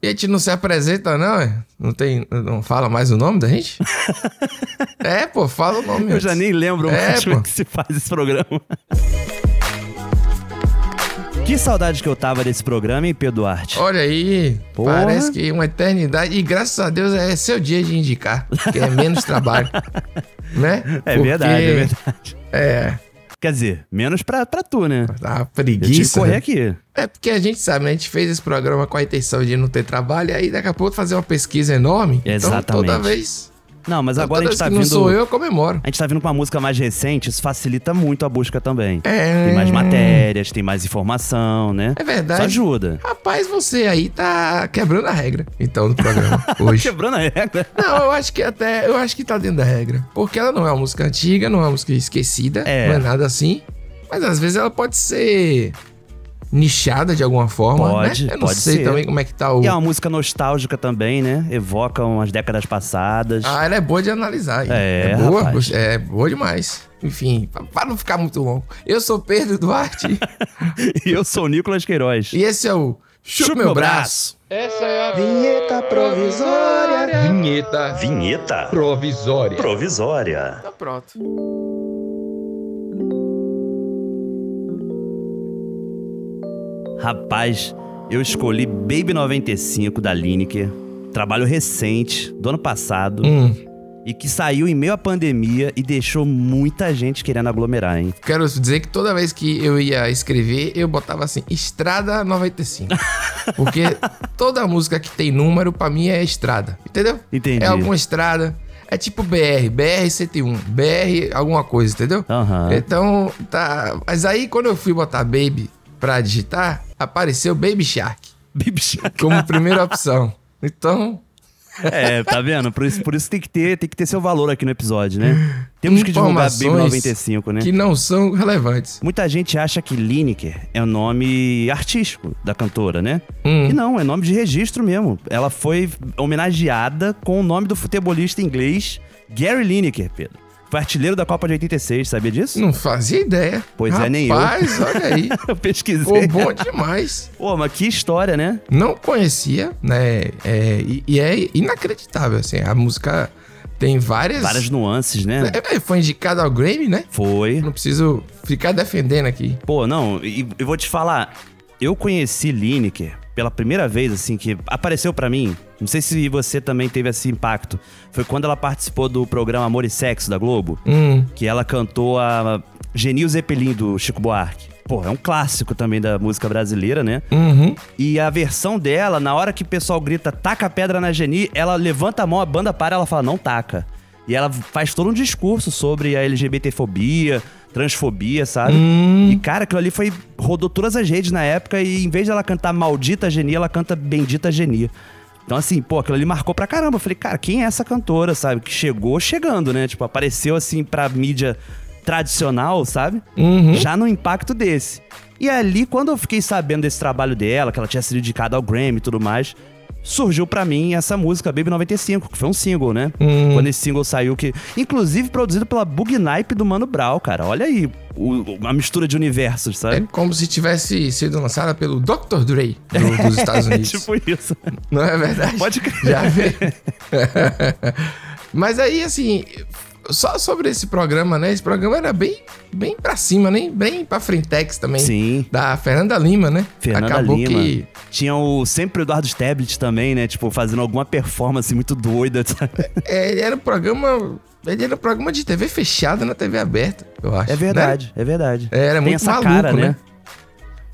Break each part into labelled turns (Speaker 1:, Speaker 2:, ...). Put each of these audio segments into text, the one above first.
Speaker 1: E a gente não se apresenta, não? é? Não tem. Não fala mais o nome da gente? é, pô, fala o nome.
Speaker 2: Eu
Speaker 1: antes.
Speaker 2: já nem lembro
Speaker 1: É,
Speaker 2: mais
Speaker 1: pô.
Speaker 2: como é que se faz esse programa. Que saudade que eu tava desse programa, hein, Pedro Duarte?
Speaker 1: Olha aí,
Speaker 2: Porra.
Speaker 1: parece que uma eternidade. E graças a Deus é seu dia de indicar, que é menos trabalho. Né?
Speaker 2: É
Speaker 1: Porque,
Speaker 2: verdade, é verdade.
Speaker 1: É,
Speaker 2: Quer dizer, menos pra, pra tu, né?
Speaker 1: dá uma
Speaker 2: Eu tive que
Speaker 1: preguiça.
Speaker 2: correr
Speaker 1: né?
Speaker 2: aqui.
Speaker 1: É porque a gente sabe, né? A gente fez esse programa com a intenção de não ter trabalho, e aí daqui a pouco fazer uma pesquisa enorme. Então,
Speaker 2: Exatamente.
Speaker 1: toda vez.
Speaker 2: Não, mas agora
Speaker 1: toda
Speaker 2: a gente
Speaker 1: vez
Speaker 2: tá
Speaker 1: que não
Speaker 2: vindo.
Speaker 1: sou eu, eu comemoro.
Speaker 2: A gente tá vindo com uma música mais recente, isso facilita muito a busca também.
Speaker 1: É.
Speaker 2: Tem mais matérias, tem mais informação, né?
Speaker 1: É
Speaker 2: Isso
Speaker 1: verdade.
Speaker 2: ajuda.
Speaker 1: Rapaz, você aí tá quebrando a regra, então, do programa hoje.
Speaker 2: Quebrando a regra.
Speaker 1: Não, eu acho que até. Eu acho que tá dentro da regra. Porque ela não é uma música antiga, não é uma música esquecida,
Speaker 2: É.
Speaker 1: não é nada assim. Mas às vezes ela pode ser nichada de alguma forma.
Speaker 2: Pode,
Speaker 1: né? Eu não
Speaker 2: pode
Speaker 1: sei
Speaker 2: ser.
Speaker 1: também como é que tá o.
Speaker 2: E é uma música nostálgica também, né? Evoca umas décadas passadas.
Speaker 1: Ah, ela é boa de analisar. hein?
Speaker 2: É,
Speaker 1: é boa,
Speaker 2: rapaz.
Speaker 1: gost- é boa demais. Enfim, pra- pra não ficar muito longo. Eu sou Pedro Duarte
Speaker 2: E eu sou o Nicolas Queiroz.
Speaker 1: e esse é o Chupa, meu braço.
Speaker 3: Essa é a vinheta provisória. Vinheta
Speaker 4: Vinheta
Speaker 3: provisória.
Speaker 4: provisória.
Speaker 1: Tá pronto.
Speaker 2: Rapaz, eu escolhi Baby 95 da Lineker. Trabalho recente, do ano passado,
Speaker 1: Hum,
Speaker 2: e que saiu em meio à pandemia e deixou muita gente querendo aglomerar, hein?
Speaker 1: quero dizer que toda vez que eu ia escrever, eu botava assim, Estrada 95. Porque toda música que tem número, pra mim, é estrada. Entendeu?
Speaker 2: Entendi.
Speaker 1: É alguma estrada. É tipo BR, BR-101, BR um, alguma coisa, entendeu?
Speaker 2: Aham.
Speaker 1: Então, tá. Mas aí, quando eu fui botar Baby pra digitar, apareceu Baby Shark
Speaker 2: Baby Shark.
Speaker 1: como primeira opção. Então,
Speaker 2: É, tá vendo? Por isso, por isso tem, que ter, tem que ter seu valor aqui no episódio, né? Temos que divulgar Baby
Speaker 1: Informações
Speaker 2: 95, né?
Speaker 1: que não são relevantes.
Speaker 2: Muita gente acha que Lineker é o nome artístico da cantora, né?
Speaker 1: Hum.
Speaker 2: E não, é nome de registro mesmo. Ela foi homenageada com o nome do futebolista inglês Gary Lineker, Pedro. Foi artilheiro da Copa de 86, sabia disso?
Speaker 1: Não fazia ideia.
Speaker 2: Pois é, nem eu.
Speaker 1: Rapaz, olha aí. Pô,
Speaker 2: Eu pesquisei.
Speaker 1: bom demais.
Speaker 2: Pô, mas que história, né?
Speaker 1: Não conhecia, né? É, e, e é inacreditável, assim. A música tem várias...
Speaker 2: Várias nuances, né?
Speaker 1: É, é, foi indicada ao Grammy, né?
Speaker 2: Foi.
Speaker 1: Não preciso ficar defendendo aqui.
Speaker 2: Pô, não, e eu vou te falar, eu conheci Lineker pela primeira vez, assim, que apareceu pra mim. Não sei se você também teve esse impacto. Foi quando ela participou do programa Amor e Sexo da Globo,
Speaker 1: Hum.
Speaker 2: que ela cantou a Genil Zeppelin do Chico Buarque. Pô, é um clássico também da música brasileira, né?
Speaker 1: Uhum.
Speaker 2: E a versão dela, na hora que o pessoal grita taca a pedra na Geni, ela levanta a mão, a banda para, ela fala não taca. E ela faz todo um discurso sobre a LGBTfobia, transfobia, sabe? E cara, aquilo ali foi rodou todas as redes na época e em vez dela cantar maldita Geni, ela canta bendita Geni. Então assim, pô, aquilo ali marcou pra caramba. Eu falei, cara, quem é essa cantora, sabe? Que chegou chegando, né? Tipo, apareceu assim pra mídia tradicional, sabe?
Speaker 1: Uhum.
Speaker 2: já num impacto desse. E ali, quando eu fiquei sabendo desse trabalho dela, que ela tinha sido indicada ao Grammy e tudo mais, surgiu pra mim essa música, Baby 95, que foi um single, né? Quando esse single saiu, que inclusive produzido pela Bug Nipe do Mano Brown, cara. Olha aí, o- o- a mistura de universos,
Speaker 1: É
Speaker 2: sabe?
Speaker 1: como se tivesse sido lançada pelo Dr. Dre do- dos Estados
Speaker 2: É
Speaker 1: Unidos.
Speaker 2: tipo isso.
Speaker 1: Não é verdade?
Speaker 2: Pode crer.
Speaker 1: Já vi. Mas aí, assim, só sobre esse programa, né? Esse programa era bem, bem pra cima, né? Bem pra frentex também.
Speaker 2: Sim.
Speaker 1: Da Fernanda Lima, né?
Speaker 2: Fernanda
Speaker 1: Acabou
Speaker 2: Lima.
Speaker 1: que...
Speaker 2: Tinha o sempre o Eduardo Stablet também, né? Tipo, fazendo alguma performance muito doida, sabe?
Speaker 1: é, ele era um programa... Ele era um programa de TV fechada na TV aberta, eu acho.
Speaker 2: É verdade, é verdade.
Speaker 1: Né? É, Era
Speaker 2: Tem
Speaker 1: muito
Speaker 2: essa
Speaker 1: maluco,
Speaker 2: cara, né?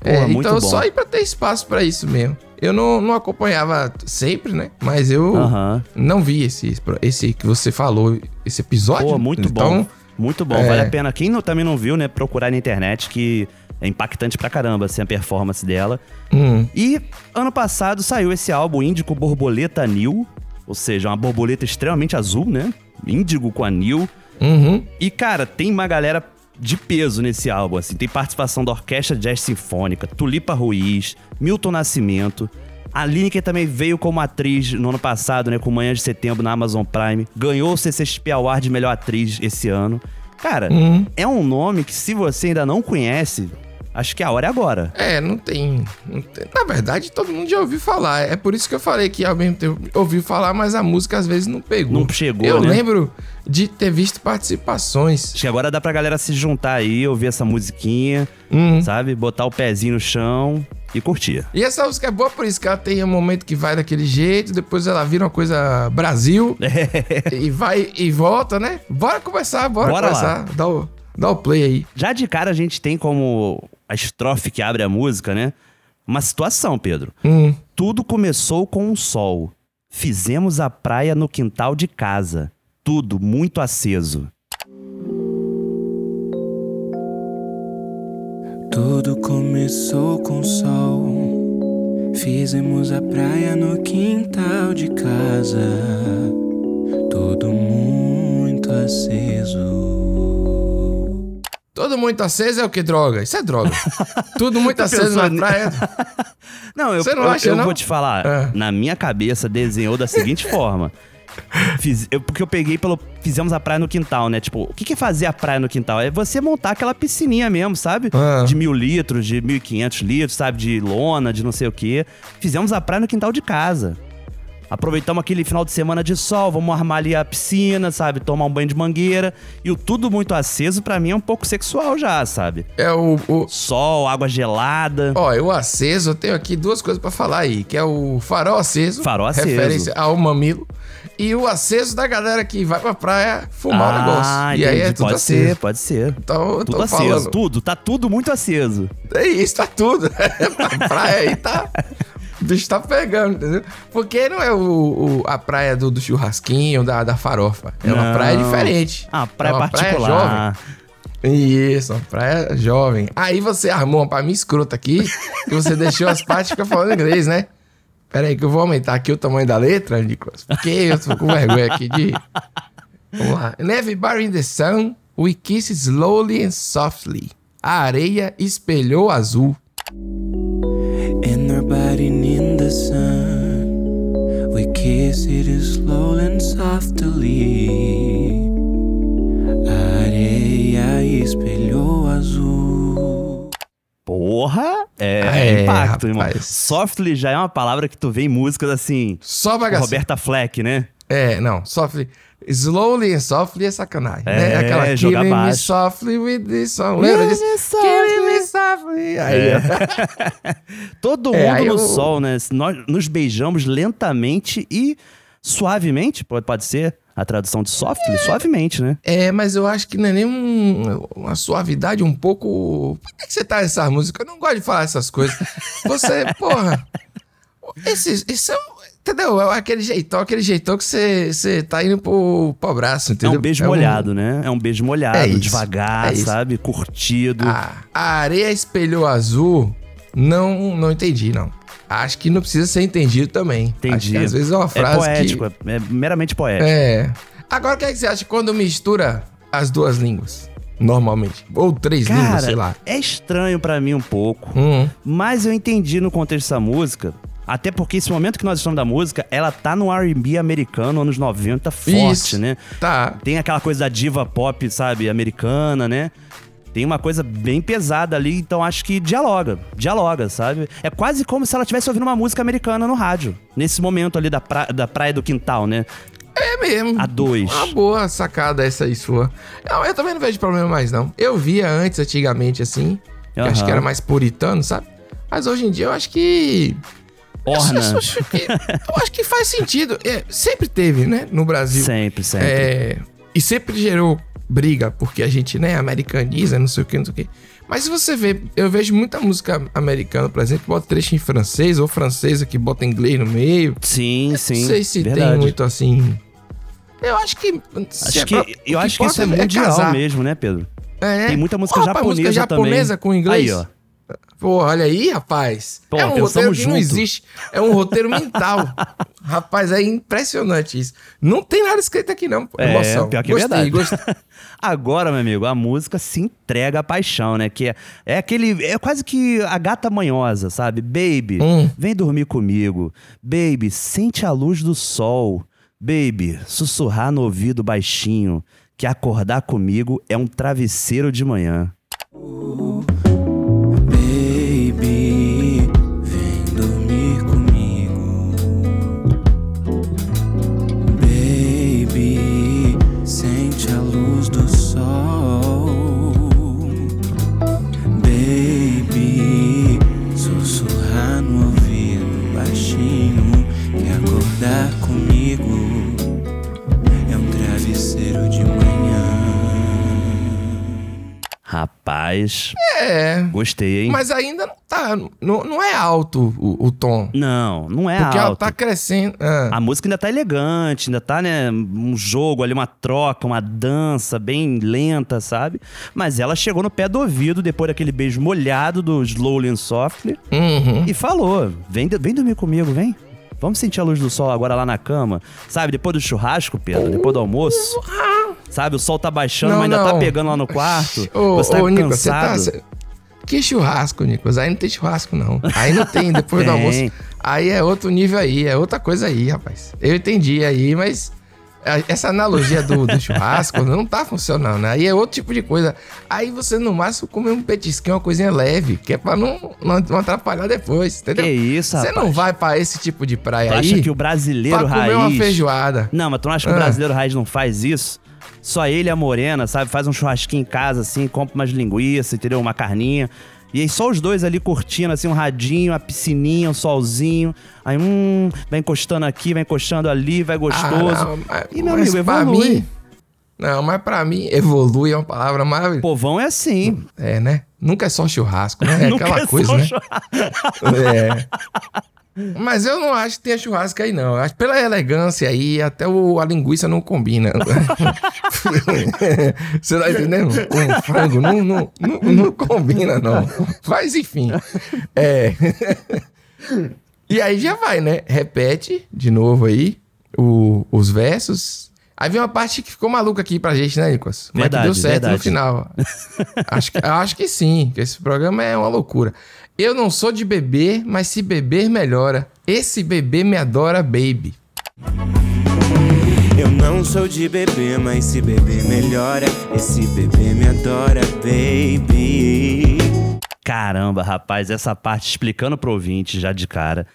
Speaker 1: É,
Speaker 2: Porra, muito
Speaker 1: então
Speaker 2: bom.
Speaker 1: só ir pra ter espaço pra isso mesmo. Eu não, não acompanhava sempre, né? Mas eu
Speaker 2: Aham.
Speaker 1: não vi esse, esse que você falou, esse episódio.
Speaker 2: Pô, muito
Speaker 1: então,
Speaker 2: bom. Muito bom,
Speaker 1: é.
Speaker 2: vale a pena. Quem não- também não viu, né, procurar na internet, que é impactante pra caramba, assim, a performance dela.
Speaker 1: Hum,
Speaker 2: E ano passado saiu esse álbum Índico Borboleta Anil, ou seja, uma borboleta extremamente azul, né? Índigo com anil.
Speaker 1: uhum.
Speaker 2: E, cara, tem uma galera de peso nesse álbum, assim. Tem participação da Orquestra Jazz Sinfônica, Tulipa Ruiz, Milton Nascimento. A Lineker também veio como atriz no ano passado, né? Com Manhã de Setembro na Amazon Prime. Ganhou o CCXP Award de melhor atriz esse ano. Cara, é um nome que se você ainda não conhece, Acho que a hora é agora.
Speaker 1: É, não tem, não tem- Na verdade, todo mundo já ouviu falar. É por isso que eu falei que ao mesmo tempo ouviu falar, mas a música às vezes não pegou.
Speaker 2: Não chegou,
Speaker 1: Eu
Speaker 2: né?
Speaker 1: lembro de ter visto participações.
Speaker 2: Acho que agora dá pra galera se juntar aí, ouvir essa musiquinha,
Speaker 1: Uhum.
Speaker 2: sabe? Botar o pezinho no chão e curtir.
Speaker 1: E essa música é boa por isso que ela tem um momento que vai daquele jeito, depois ela vira uma coisa Brasil e vai e volta, né? Bora começar, bora,
Speaker 2: É. Bora
Speaker 1: começar. Dá o, dá o play aí.
Speaker 2: Já de cara a gente tem como a estrofe que abre a música, né? Uma situação, Pedro.
Speaker 1: Hum.
Speaker 2: Tudo começou com um sol. Fizemos a praia no quintal de casa. Tudo muito aceso.
Speaker 4: Tudo começou com sol. Fizemos a praia no quintal de casa. Tudo muito aceso.
Speaker 1: Todo muito aceso é o que droga? Isso é droga. Tudo muito aceso na
Speaker 2: pensando-
Speaker 1: praia.
Speaker 2: Não, eu,
Speaker 1: Você não
Speaker 2: eu,
Speaker 1: acha,
Speaker 2: eu
Speaker 1: não?
Speaker 2: vou te falar.
Speaker 1: É.
Speaker 2: Na minha cabeça desenhou da seguinte forma. Fiz- eu- porque eu peguei pelo. Fizemos a praia no quintal, né? Tipo, o que que é fazer a praia no quintal? É você montar aquela piscininha mesmo, sabe?
Speaker 1: Ah.
Speaker 2: De mil litros, de mil e quinhentos litros, sabe? De lona, de não sei o quê. Fizemos a praia no quintal de casa. Aproveitamos aquele final de semana de sol, vamos armar ali a piscina, sabe? Tomar um banho de mangueira. E o tudo muito aceso, pra mim, é um pouco sexual já, sabe?
Speaker 1: É o, o-
Speaker 2: Sol, água gelada.
Speaker 1: Ó, eu aceso, eu tenho aqui duas coisas pra falar aí, que é o farol aceso,
Speaker 2: Farol aceso.
Speaker 1: referência ao mamilo, e o aceso da galera que vai pra praia fumar o negócio. E aí é
Speaker 2: Ah, entendi.
Speaker 1: tudo
Speaker 2: pode
Speaker 1: aceso.
Speaker 2: ser, pode ser.
Speaker 1: Então, eu
Speaker 2: Tudo
Speaker 1: tô
Speaker 2: aceso,
Speaker 1: falando.
Speaker 2: tudo, tá tudo muito aceso.
Speaker 1: É isso, tá tudo. a praia aí tá. O bicho tá pegando, entendeu? Porque não é o, o- a praia do, do churrasquinho, da, da farofa. É uma
Speaker 2: Não.
Speaker 1: praia diferente.
Speaker 2: Ah, praia
Speaker 1: é uma
Speaker 2: particular.
Speaker 1: jovem. Isso, uma praia jovem. Aí você armou uma pra mim escrota aqui, que você deixou as partes ficar falando inglês, né? Pera aí que eu vou aumentar aqui o tamanho da letra, Nicolas. Porque eu tô com vergonha aqui de... Vamos lá. And Everybody in the sun, we kiss slowly and softly. A areia espelhou o azul.
Speaker 4: And our body in the sun. We kiss it slowly and softly. A areia espelhou o azul.
Speaker 2: Porra, é,
Speaker 1: É,
Speaker 2: impacto, irmão.
Speaker 1: rapaz.
Speaker 2: Softly já é uma palavra que tu vê em músicas assim,
Speaker 1: Só
Speaker 2: com
Speaker 1: bagaceiro.
Speaker 2: Roberta Fleck, né?
Speaker 1: É, não, softly. Slowly and softly é sacanagem.
Speaker 2: É,
Speaker 1: né? Aquela
Speaker 2: jogar
Speaker 1: killing me
Speaker 2: baixo.
Speaker 1: softly with this song. Lembra disso? Killing me softly. Aí,
Speaker 2: É.
Speaker 1: ó.
Speaker 2: Todo
Speaker 1: É,
Speaker 2: mundo
Speaker 1: aí
Speaker 2: no
Speaker 1: eu-
Speaker 2: sol, né? Nós nos beijamos lentamente e suavemente, pode, pode ser a tradução de softly, suavemente, né?
Speaker 1: É, mas eu acho que não é nem um- uma suavidade um pouco. Por que que você tá nessa música? Eu não gosto de falar essas coisas. Você, porra. Esse, isso é. um- Entendeu? É aquele jeitão, aquele jeitão que você, você tá indo pro, pro braço,
Speaker 2: É
Speaker 1: entendeu?
Speaker 2: um beijo molhado, né? É um beijo molhado,
Speaker 1: É isso,
Speaker 2: devagar,
Speaker 1: é isso. Ah,
Speaker 2: sabe? Curtido.
Speaker 1: A, a areia espelhou azul, não, não entendi, não. Acho que não precisa ser entendido também.
Speaker 2: Entendi.
Speaker 1: Acho que às vezes é uma
Speaker 2: é
Speaker 1: frase
Speaker 2: poético, é é meramente
Speaker 1: que...
Speaker 2: poético.
Speaker 1: É. Agora, o que, é que você acha quando mistura as duas línguas? Normalmente. Ou três línguas, sei lá.
Speaker 2: Cara, é estranho pra mim um pouco,
Speaker 1: Hum.
Speaker 2: mas eu entendi no contexto dessa música, até porque esse momento que nós estamos da música, ela tá no R&B americano, anos 90, forte,
Speaker 1: Isso.
Speaker 2: né?
Speaker 1: Tá.
Speaker 2: Tem aquela coisa da diva pop, sabe, americana, né? Tem uma coisa bem pesada ali, então acho que dialoga, dialoga, sabe? É quase como se ela estivesse ouvindo uma música americana no rádio, nesse momento ali da, pra- da praia do quintal, né?
Speaker 1: É mesmo.
Speaker 2: A dois.
Speaker 1: Uma boa sacada essa aí sua. Não, eu também não vejo problema mais, não. Eu via antes, antigamente, assim. que eu acho
Speaker 2: Aham.
Speaker 1: que era mais puritano, sabe? Mas hoje em dia eu acho que
Speaker 2: Orna.
Speaker 1: Eu, acho que, eu acho que faz sentido. É, sempre teve, né? No Brasil.
Speaker 2: Sempre, sempre.
Speaker 1: É, e sempre gerou briga, porque a gente, né, americaniza, não sei o que, não sei o que. Mas se você vê, eu vejo muita música americana, por exemplo, bota trecho em francês, ou francesa que bota inglês no meio.
Speaker 2: Sim, sim.
Speaker 1: não sei se
Speaker 2: verdade.
Speaker 1: tem muito assim. Eu acho que. se
Speaker 2: Acho
Speaker 1: é
Speaker 2: que,
Speaker 1: pra-
Speaker 2: eu acho que isso
Speaker 1: importa
Speaker 2: é mundial
Speaker 1: casar.
Speaker 2: mesmo, né, Pedro?
Speaker 1: É.
Speaker 2: Tem muita música
Speaker 1: Opa,
Speaker 2: japonesa,
Speaker 1: música japonesa com
Speaker 2: também.
Speaker 1: inglês.
Speaker 2: Aí, ó.
Speaker 1: Pô, olha aí, rapaz.
Speaker 2: Pô,
Speaker 1: é um
Speaker 2: pensamos
Speaker 1: roteiro que não
Speaker 2: junto.
Speaker 1: existe. É um roteiro mental. rapaz, é impressionante isso. Não tem nada escrito aqui, não. pô.
Speaker 2: É,
Speaker 1: Emoção.
Speaker 2: pior que é verdade.
Speaker 1: Gostei.
Speaker 2: Agora, meu amigo, a música se entrega à paixão, né? Que é, é aquele. É quase que a gata manhosa, sabe? Baby,
Speaker 1: Hum.
Speaker 2: vem dormir comigo. Baby, sente a luz do sol. Baby, sussurrar no ouvido baixinho que acordar comigo é um travesseiro de manhã.
Speaker 4: acordar comigo é um travesseiro de manhã.
Speaker 2: Rapaz,
Speaker 1: É.
Speaker 2: gostei, hein?
Speaker 1: Mas ainda não tá. Não, não é alto o, o tom.
Speaker 2: Não, não é
Speaker 1: porque ela
Speaker 2: alto.
Speaker 1: tá crescendo. Ah.
Speaker 2: A música ainda tá elegante, ainda tá, né? Um jogo ali, uma troca, uma dança bem lenta, sabe? Mas ela chegou no pé do ouvido depois daquele beijo molhado do Slowly and Softly
Speaker 1: Uhum.
Speaker 2: e falou: vem, do- vem dormir comigo, vem. Vamos sentir a luz do sol agora lá na cama. Sabe, depois do churrasco, Pedro, depois do almoço. Sabe, o sol tá baixando,
Speaker 1: Não,
Speaker 2: mas ainda tá
Speaker 1: não.
Speaker 2: pegando lá no quarto.
Speaker 1: Ô,
Speaker 2: você tá
Speaker 1: ô, Nicolas, você tá.
Speaker 2: cansado.
Speaker 1: cê- Que churrasco, Nicolas. Aí não tem churrasco, não. Aí não tem, depois do
Speaker 2: Tem.
Speaker 1: almoço. Aí é outro nível aí, é outra coisa aí, rapaz. Eu entendi aí, mas a- essa analogia do, do churrasco não tá funcionando. né? Aí é outro tipo de coisa. Aí você, no máximo, come um petisquinho, uma coisinha leve, que é pra não, não, não atrapalhar depois, entendeu?
Speaker 2: Que isso,
Speaker 1: Você
Speaker 2: rapaz.
Speaker 1: não vai pra esse tipo de praia
Speaker 2: Tu
Speaker 1: aí
Speaker 2: acha que o brasileiro
Speaker 1: pra comer
Speaker 2: raiz.
Speaker 1: uma feijoada.
Speaker 2: Não, mas tu não acha que o
Speaker 1: Ah.
Speaker 2: brasileiro raiz não faz isso? Só ele e a morena, sabe? Faz um churrasquinho em casa, assim, compra umas linguiças, entendeu? Uma carninha. E aí só os dois ali curtindo, assim, um radinho, a piscininha, um solzinho. Aí, hum, vai encostando aqui, vai encostando ali, vai gostoso.
Speaker 1: Ah, não, mas-
Speaker 2: e, meu
Speaker 1: mas
Speaker 2: amigo,
Speaker 1: pra
Speaker 2: evolui.
Speaker 1: mim- Não, mas pra mim, evolui é uma palavra maravilhosa.
Speaker 2: Povão é assim.
Speaker 1: É, né? Nunca é só churrasco, né? É
Speaker 2: Nunca
Speaker 1: aquela
Speaker 2: é
Speaker 1: coisa,
Speaker 2: só
Speaker 1: né?
Speaker 2: churrasco.
Speaker 1: É. Mas eu não acho que tenha churrasco aí, não. Eu acho que pela elegância aí, até o, a linguiça não combina. Você tá entendendo? Com frango não, não, não, não combina, não. Mas enfim. É. E aí já vai, né? Repete de novo aí o- os versos. Aí vem uma parte que ficou maluca aqui pra gente, né, Nicolas? Mas que
Speaker 2: Verdade,
Speaker 1: deu certo no
Speaker 2: verdade.
Speaker 1: final. acho, que, acho que sim, que esse programa é uma loucura. Eu não sou de beber, mas se beber, melhora. Esse bebê me adora, baby.
Speaker 4: Eu não sou de bebê, mas se bebê melhora, esse bebê me adora, baby.
Speaker 2: Caramba, rapaz, essa parte explicando pro ouvinte já de cara.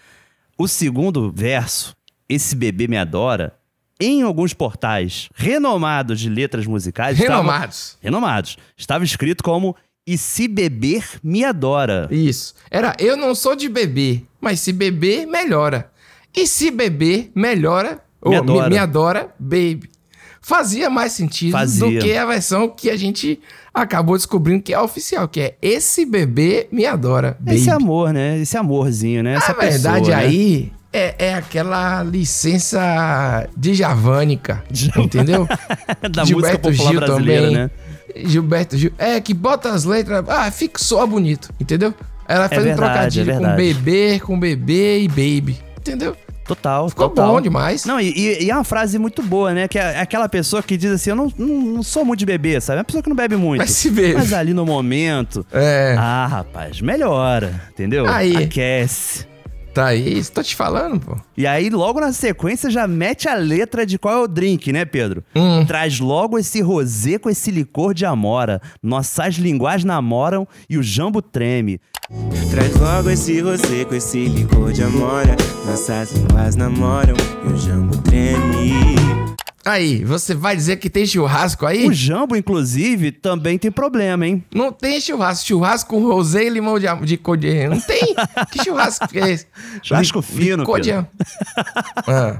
Speaker 2: O segundo verso, Esse Bebê Me Adora, em alguns portais renomados de letras musicais. estava-
Speaker 1: Renomados.
Speaker 2: renomados. Estava escrito como E se beber me adora.
Speaker 1: Isso. Era, eu não sou de beber, mas se beber, melhora. E se beber, melhora. ou
Speaker 2: Me
Speaker 1: Me,
Speaker 2: adora.
Speaker 1: me adora, baby. Fazia mais sentido
Speaker 2: Fazia.
Speaker 1: do que a versão que a gente acabou descobrindo que é a oficial, que é esse bebê me adora, baby.
Speaker 2: Esse amor, né? Esse amorzinho, né? Essa
Speaker 1: Na verdade,
Speaker 2: pessoa, né?
Speaker 1: aí é, é aquela licença de javânica, entendeu?
Speaker 2: da
Speaker 1: Gilberto
Speaker 2: música popular
Speaker 1: Gil
Speaker 2: brasileira,
Speaker 1: também.
Speaker 2: né?
Speaker 1: Gilberto Gil. É, que bota as letras. Ah, fixou bonito, entendeu? Ela fez um
Speaker 2: verdade, é
Speaker 1: trocadilho com
Speaker 2: verdade.
Speaker 1: bebê, com bebê e baby. Entendeu?
Speaker 2: Total,
Speaker 1: Ficou
Speaker 2: total.
Speaker 1: bom demais.
Speaker 2: Não, e, e- e é uma frase muito boa, né? Que é aquela pessoa que diz assim: Eu não, não, não sou muito de bebê, sabe? É uma pessoa que não bebe muito.
Speaker 1: Mas se bebe.
Speaker 2: Mas ali no momento.
Speaker 1: É,
Speaker 2: Ah, rapaz, melhora, entendeu?
Speaker 1: Aí.
Speaker 2: Aquece.
Speaker 1: tá aí, isso tô te falando, pô.
Speaker 2: E aí, logo na sequência, já mete a letra de qual é o drink, né, Pedro?
Speaker 1: Hum.
Speaker 2: Traz logo esse rosé com esse licor de amora. Nossas linguagens namoram e o jambo treme.
Speaker 4: Traz logo esse rosé com esse licor de amora. Nossas línguas namoram e o jambo treme.
Speaker 1: Aí, você vai dizer que tem churrasco aí?
Speaker 2: O jambo, inclusive, também tem problema, hein?
Speaker 1: Não tem churrasco. Churrasco com rosé e limão de, am- de codiê. Não tem. que churrasco que é esse?
Speaker 2: Churrasco
Speaker 1: Li-
Speaker 2: fino,
Speaker 1: licor de
Speaker 2: Pedro.
Speaker 1: am- ah.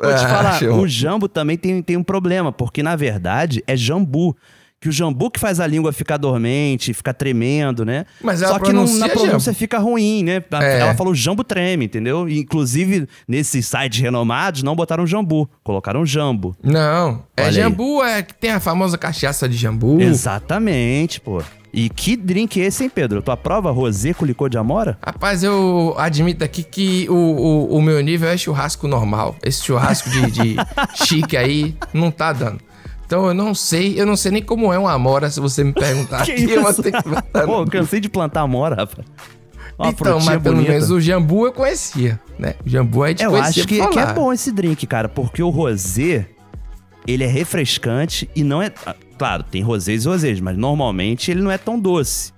Speaker 2: Vou te
Speaker 1: Ah,
Speaker 2: falar,
Speaker 1: show.
Speaker 2: o jambo também tem, tem um problema, porque na verdade é jambu. Que o jambu que faz a língua ficar dormente, ficar tremendo, né?
Speaker 1: Mas ela
Speaker 2: Só que não- na
Speaker 1: pronuncia
Speaker 2: pronúncia fica ruim, né? A-
Speaker 1: É.
Speaker 2: Ela falou jambo treme, entendeu? E, inclusive, nesses sites renomados, não botaram jambu, colocaram jambo.
Speaker 1: Não. É
Speaker 2: Olha aí.
Speaker 1: jambu, é que tem a famosa cachaça de jambu.
Speaker 2: Exatamente, pô. E que drink é esse, hein, Pedro? Tu aprova rosé com licor de amora?
Speaker 1: Rapaz, eu admito aqui que o, o, o meu nível é churrasco normal. Esse churrasco de, de chique aí não tá dando. Então eu não sei, eu não sei nem como é uma amora se você me perguntar.
Speaker 2: Que
Speaker 1: aqui, eu vou
Speaker 2: isso?
Speaker 1: ter que botar no-
Speaker 2: Pô, cansei de plantar amora, rapaz. Uma
Speaker 1: É, então,
Speaker 2: frutinha
Speaker 1: mas pelo
Speaker 2: bonita.
Speaker 1: menos o jambu eu conhecia, né? O jambu a gente
Speaker 2: Eu
Speaker 1: conhecia
Speaker 2: acho que,
Speaker 1: por
Speaker 2: que é
Speaker 1: falar.
Speaker 2: bom esse drink, cara, porque o rosé, ele é refrescante e não é... ah, Claro, tem rosés e rosés, mas normalmente ele não é tão doce.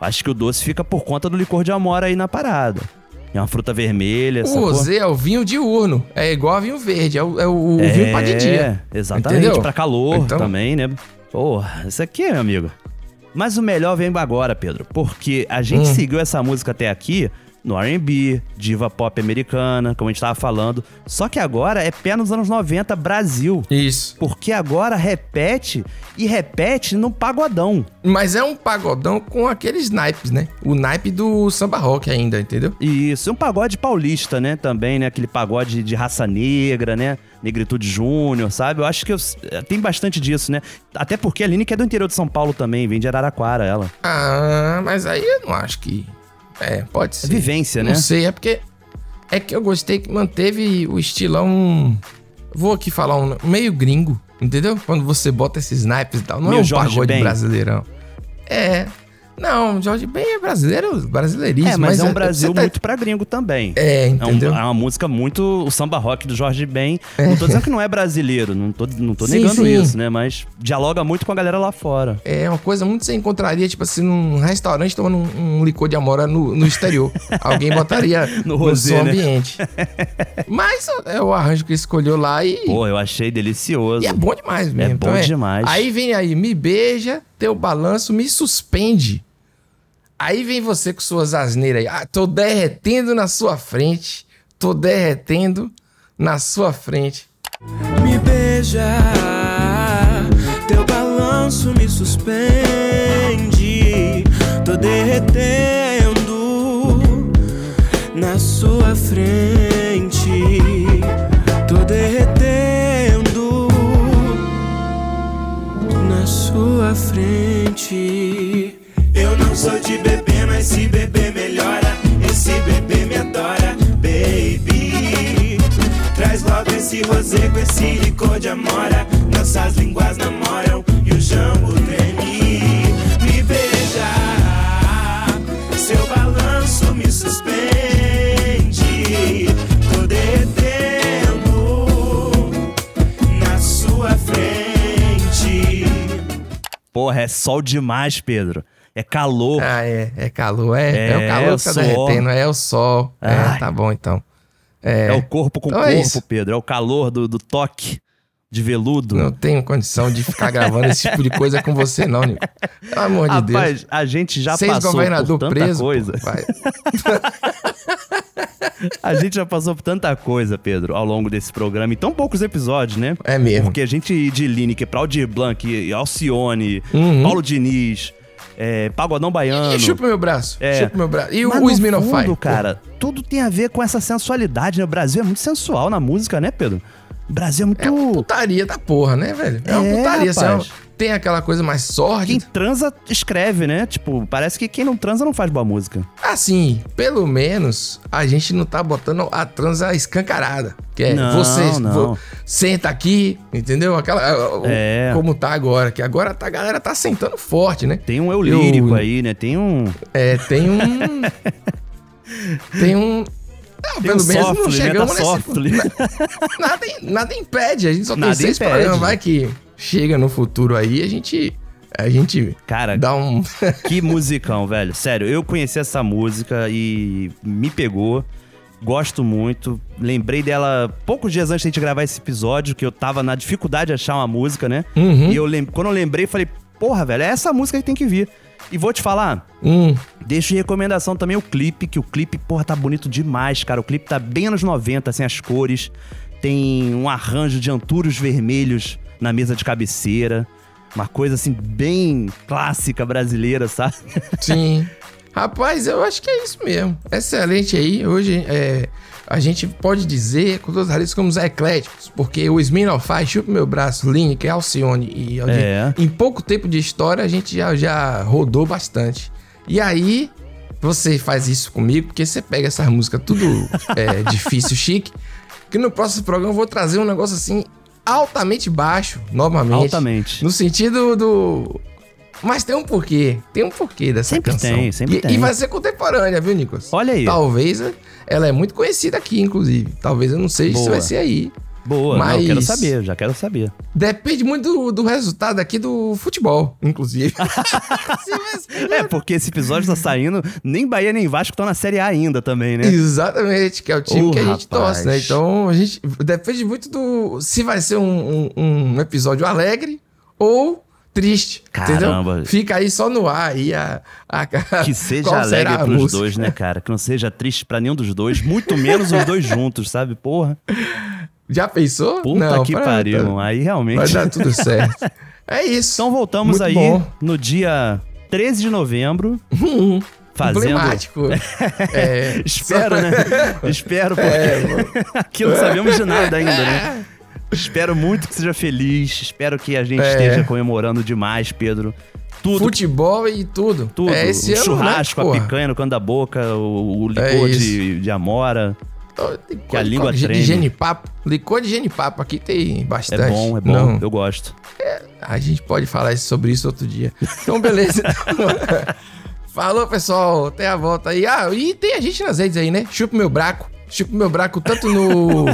Speaker 2: Acho que o doce fica por conta do licor de amora aí na parada. É uma fruta vermelha,
Speaker 1: O
Speaker 2: sacou?
Speaker 1: rosé é o vinho diurno, é igual a vinho verde, é o, é o
Speaker 2: é,
Speaker 1: vinho pra de dia.
Speaker 2: Exatamente,
Speaker 1: Entendeu?
Speaker 2: pra calor
Speaker 1: Então-
Speaker 2: também, né? Porra, isso aqui, meu
Speaker 1: Hum.
Speaker 2: amigo. Mas o melhor vem agora, Pedro, porque a gente seguiu essa música até aqui no R&B, diva pop americana, como a gente tava falando. Só que agora é pé nos anos 90 Brasil.
Speaker 1: Isso.
Speaker 2: Porque agora repete e repete no pagodão.
Speaker 1: Mas é um pagodão com aqueles naipes, né? O naipe do samba rock ainda, entendeu?
Speaker 2: E Isso, é um pagode paulista, né? Também, né? Aquele pagode de raça negra, né? Negritude Júnior, sabe? Eu acho que eu- eh, tem bastante disso, né? Até porque a Aline que é do interior de São Paulo também, vem de Araraquara, ela.
Speaker 1: Ah, mas aí eu não acho que. É, pode
Speaker 2: É
Speaker 1: ser.
Speaker 2: vivência, né?
Speaker 1: Não sei, é porque. É que eu gostei que manteve o estilão. Vou aqui falar um meio gringo, entendeu? Quando você bota esses naipes e tal. Não
Speaker 2: Meio
Speaker 1: é um
Speaker 2: Jorge
Speaker 1: pagode
Speaker 2: Ben.
Speaker 1: brasileirão. É. Não, Jorge Ben é brasileiro, brasileirismo.
Speaker 2: É, mas, é um Brasil
Speaker 1: você tá-
Speaker 2: muito pra gringo também.
Speaker 1: É,
Speaker 2: É, um-
Speaker 1: entendeu?
Speaker 2: é uma música muito o samba rock do Jorge Ben. Não tô dizendo que não é brasileiro, não tô, não tô
Speaker 1: Sim,
Speaker 2: negando
Speaker 1: sim.
Speaker 2: isso, né? Mas dialoga muito com a galera lá fora.
Speaker 1: É uma coisa muito que você encontraria, tipo assim, num restaurante tomando um, um licor de amora no, no exterior. Alguém botaria
Speaker 2: No
Speaker 1: no,
Speaker 2: rosé,
Speaker 1: seu
Speaker 2: né?
Speaker 1: ambiente. Mas é o arranjo que escolheu lá e,
Speaker 2: Pô, eu achei delicioso.
Speaker 1: e é bom demais mesmo.
Speaker 2: bom
Speaker 1: Então
Speaker 2: demais.
Speaker 1: Aí vem aí, me beija, teu balanço me suspende. Aí vem você com suas asneiras aí. Ah, tô derretendo na sua frente. Tô derretendo na sua frente.
Speaker 4: Me beija, teu balanço me suspende. Tô derretendo na sua frente. Tô derretendo na sua frente. Eu não sou de bebê, mas se bebê melhora, esse bebê me adora, baby. Traz logo esse rosé com esse licor de amora. Nossas línguas namoram e o jambo treme. Me beija, seu balanço me suspende. Tô derretendo na sua frente.
Speaker 2: Porra, é sol demais, Pedro. É calor.
Speaker 1: Ah, é. É calor, é. É,
Speaker 2: É,
Speaker 1: o calor
Speaker 2: é o
Speaker 1: que tá
Speaker 2: suor.
Speaker 1: derretendo, é o sol.
Speaker 2: Ai.
Speaker 1: É, tá bom então.
Speaker 2: É, o corpo com
Speaker 1: Então é
Speaker 2: corpo,
Speaker 1: isso.
Speaker 2: Pedro. É o calor do, do toque de veludo.
Speaker 1: Não tenho condição de ficar gravando esse tipo de coisa com você, não, Nico. Pelo amor de Deus.
Speaker 2: Rapaz, a gente já
Speaker 1: Seis
Speaker 2: passou
Speaker 1: governador
Speaker 2: por tanta
Speaker 1: preso. pô,
Speaker 2: coisa.
Speaker 1: vai.
Speaker 2: A gente já passou por tanta coisa, Pedro, ao longo desse programa. Em tão poucos episódios, né?
Speaker 1: É mesmo.
Speaker 2: Porque a gente ir de Lineker pra Aldir Blanc, e Alcione,
Speaker 1: Uhum.
Speaker 2: Paulo Diniz, é, Pagodão Baiano.
Speaker 1: E chupa meu braço.
Speaker 2: É.
Speaker 1: Chupa meu braço. E
Speaker 2: Mas
Speaker 1: o
Speaker 2: no
Speaker 1: Sminofai.
Speaker 2: fundo, cara, tudo tem a ver com essa sensualidade, né? O Brasil é muito sensual na música, né, Pedro? O Brasil é muito...
Speaker 1: É uma putaria da porra, né, velho? É uma
Speaker 2: É,
Speaker 1: putaria. assim,
Speaker 2: rapaz.
Speaker 1: é uma- Tem aquela coisa mais
Speaker 2: Quem
Speaker 1: sórdida.
Speaker 2: transa, escreve, né? Tipo, parece que quem não transa não faz boa música.
Speaker 1: Assim, pelo menos a gente não tá botando a transa escancarada. Que é
Speaker 2: Não,
Speaker 1: você
Speaker 2: não.
Speaker 1: vo- senta aqui, entendeu? Aquela. o-
Speaker 2: É.
Speaker 1: Como tá agora. Que agora tá- a galera tá sentando forte, né?
Speaker 2: Tem um eu lírico
Speaker 1: Eu-
Speaker 2: aí, né? Tem um...
Speaker 1: É, tem um. tem um. Não,
Speaker 2: Tem um
Speaker 1: pelo menos não
Speaker 2: softly, né? Tá
Speaker 1: chegamos nesse.
Speaker 2: softly.
Speaker 1: Nada, nada impede, a gente só
Speaker 2: Nada
Speaker 1: tem seis
Speaker 2: impede.
Speaker 1: programas. Vai que chega no futuro aí, a gente. A gente
Speaker 2: Cara,
Speaker 1: dá um.
Speaker 2: Que musicão, velho. Sério, eu conheci essa música e me pegou. Gosto muito. Lembrei dela poucos dias antes da gente gravar esse episódio, que eu tava na dificuldade de achar uma música, né?
Speaker 1: Uhum.
Speaker 2: E eu lem... quando eu lembrei, falei, porra, velho, é essa música que tem que vir. E vou te falar,
Speaker 1: um
Speaker 2: deixo de recomendação também o clipe, que o clipe, porra, tá bonito demais, cara. O clipe tá bem anos 90, assim, as cores. Tem um arranjo de antúrios vermelhos na mesa de cabeceira. Uma coisa, assim, bem clássica brasileira, sabe?
Speaker 1: sim. Rapaz, eu acho que é isso mesmo. Excelente aí. Hoje é, a gente pode dizer, com todas as raízes, como os ecléticos, porque o Sminofai, Chupa Meu Braço, Lineker, Alcione e Aldir
Speaker 2: É.
Speaker 1: Em pouco tempo de história, a gente já, já rodou bastante. E aí, você faz isso comigo, porque você pega essas músicas tudo é, difícil, chique, que no próximo programa eu vou trazer um negócio assim, altamente baixo, novamente.
Speaker 2: Altamente.
Speaker 1: No sentido do... Mas tem um porquê, tem um porquê dessa
Speaker 2: Sempre
Speaker 1: canção.
Speaker 2: tem, sempre
Speaker 1: e,
Speaker 2: tem.
Speaker 1: E vai ser contemporânea, viu, Nicolas?
Speaker 2: Olha aí.
Speaker 1: Talvez ela é muito conhecida aqui, inclusive. Talvez eu não sei se
Speaker 2: Boa.
Speaker 1: vai ser aí.
Speaker 2: Boa, não,
Speaker 1: Mas-
Speaker 2: quero saber, já quero saber.
Speaker 1: Depende muito do, do resultado aqui do futebol, inclusive. Se vai ser-
Speaker 2: É, porque esse episódio tá saindo, nem Bahia nem Vasco estão na Série A ainda também, né?
Speaker 1: Exatamente, que é o time
Speaker 2: Ô,
Speaker 1: que a gente
Speaker 2: rapaz.
Speaker 1: torce, né? Então, a gente depende muito do se vai ser um, um- um episódio alegre ou triste.
Speaker 2: Caramba.
Speaker 1: Entendeu? Fica aí só no ar aí a, a
Speaker 2: Que seja
Speaker 1: qual será
Speaker 2: alegre
Speaker 1: a
Speaker 2: pros
Speaker 1: música.
Speaker 2: dois, né, cara? Que não seja triste pra nenhum dos dois, muito menos os dois juntos, sabe? Porra,
Speaker 1: Já pensou?
Speaker 2: puta
Speaker 1: Não,
Speaker 2: que
Speaker 1: pra-
Speaker 2: pariu. Aí realmente.
Speaker 1: Vai dar tudo certo. É isso.
Speaker 2: Então voltamos
Speaker 1: Muito
Speaker 2: aí
Speaker 1: bom.
Speaker 2: no dia 13 de novembro,
Speaker 1: Hum,
Speaker 2: fazendo.
Speaker 1: Problemático. É,
Speaker 2: Espero,
Speaker 1: só-
Speaker 2: né? Espero, porque
Speaker 1: É, mano.
Speaker 2: aqui não sabemos de nada ainda, né? Espero muito que seja feliz. Espero que a gente
Speaker 1: É.
Speaker 2: esteja comemorando demais, Pedro. Tudo,
Speaker 1: Futebol e tudo.
Speaker 2: tudo.
Speaker 1: É esse
Speaker 2: o
Speaker 1: ano,
Speaker 2: churrasco,
Speaker 1: né,
Speaker 2: a
Speaker 1: porra?
Speaker 2: picanha no canto da boca, o, o
Speaker 1: É
Speaker 2: licor
Speaker 1: isso.
Speaker 2: de, de amora.
Speaker 1: Então, tem
Speaker 2: a
Speaker 1: co-
Speaker 2: língua
Speaker 1: co- de,
Speaker 2: treme.
Speaker 1: de genipapo. Licor de genipapo aqui tem
Speaker 2: É
Speaker 1: bastante.
Speaker 2: bom, é bom.
Speaker 1: Não,
Speaker 2: Eu gosto.
Speaker 1: a gente pode falar sobre isso outro dia. Então, beleza. Então, Falou, pessoal. Até a volta aí. Ah, e tem a gente nas redes aí, né? Chupa meu braco. Chupa meu braco tanto no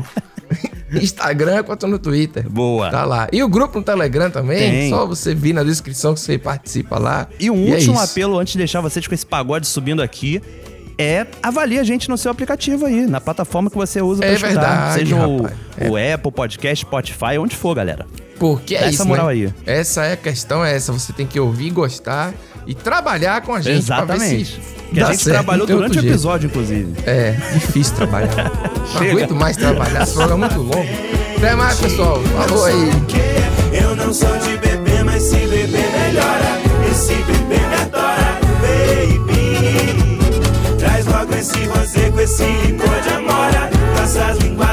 Speaker 1: Instagram quanto no Twitter.
Speaker 2: Boa.
Speaker 1: Tá lá. E o grupo no Telegram também.
Speaker 2: Tem.
Speaker 1: Só você vir na descrição que você participa lá.
Speaker 2: E um
Speaker 1: é
Speaker 2: último
Speaker 1: isso.
Speaker 2: apelo antes de deixar vocês com esse pagode subindo aqui. É, avalie a gente no seu aplicativo aí, na plataforma que você usa pra
Speaker 1: É
Speaker 2: escutar.
Speaker 1: verdade,
Speaker 2: seja o,
Speaker 1: rapaz. É.
Speaker 2: o Apple, Podcast, Spotify, onde for, galera.
Speaker 1: Porque é
Speaker 2: Dá essa
Speaker 1: isso,
Speaker 2: moral
Speaker 1: né?
Speaker 2: aí.
Speaker 1: Essa é a questão, é essa. Você tem que ouvir, gostar e trabalhar com a gente
Speaker 2: Exatamente.
Speaker 1: pra ver se
Speaker 2: Que a
Speaker 1: dá
Speaker 2: gente
Speaker 1: certo.
Speaker 2: trabalhou
Speaker 1: Não tem
Speaker 2: durante o
Speaker 1: outro jeito.
Speaker 2: episódio, inclusive.
Speaker 1: É, difícil trabalhar. Não
Speaker 2: Chega.
Speaker 1: aguento mais trabalhar, esse programa é muito longo. Até mais, pessoal. Falou aí.
Speaker 4: Eu não sou de beber, mas se beber melhora. E se beber me adora, baby. Traz logo esse rosé com esse licor de amora. Passa as linguagens.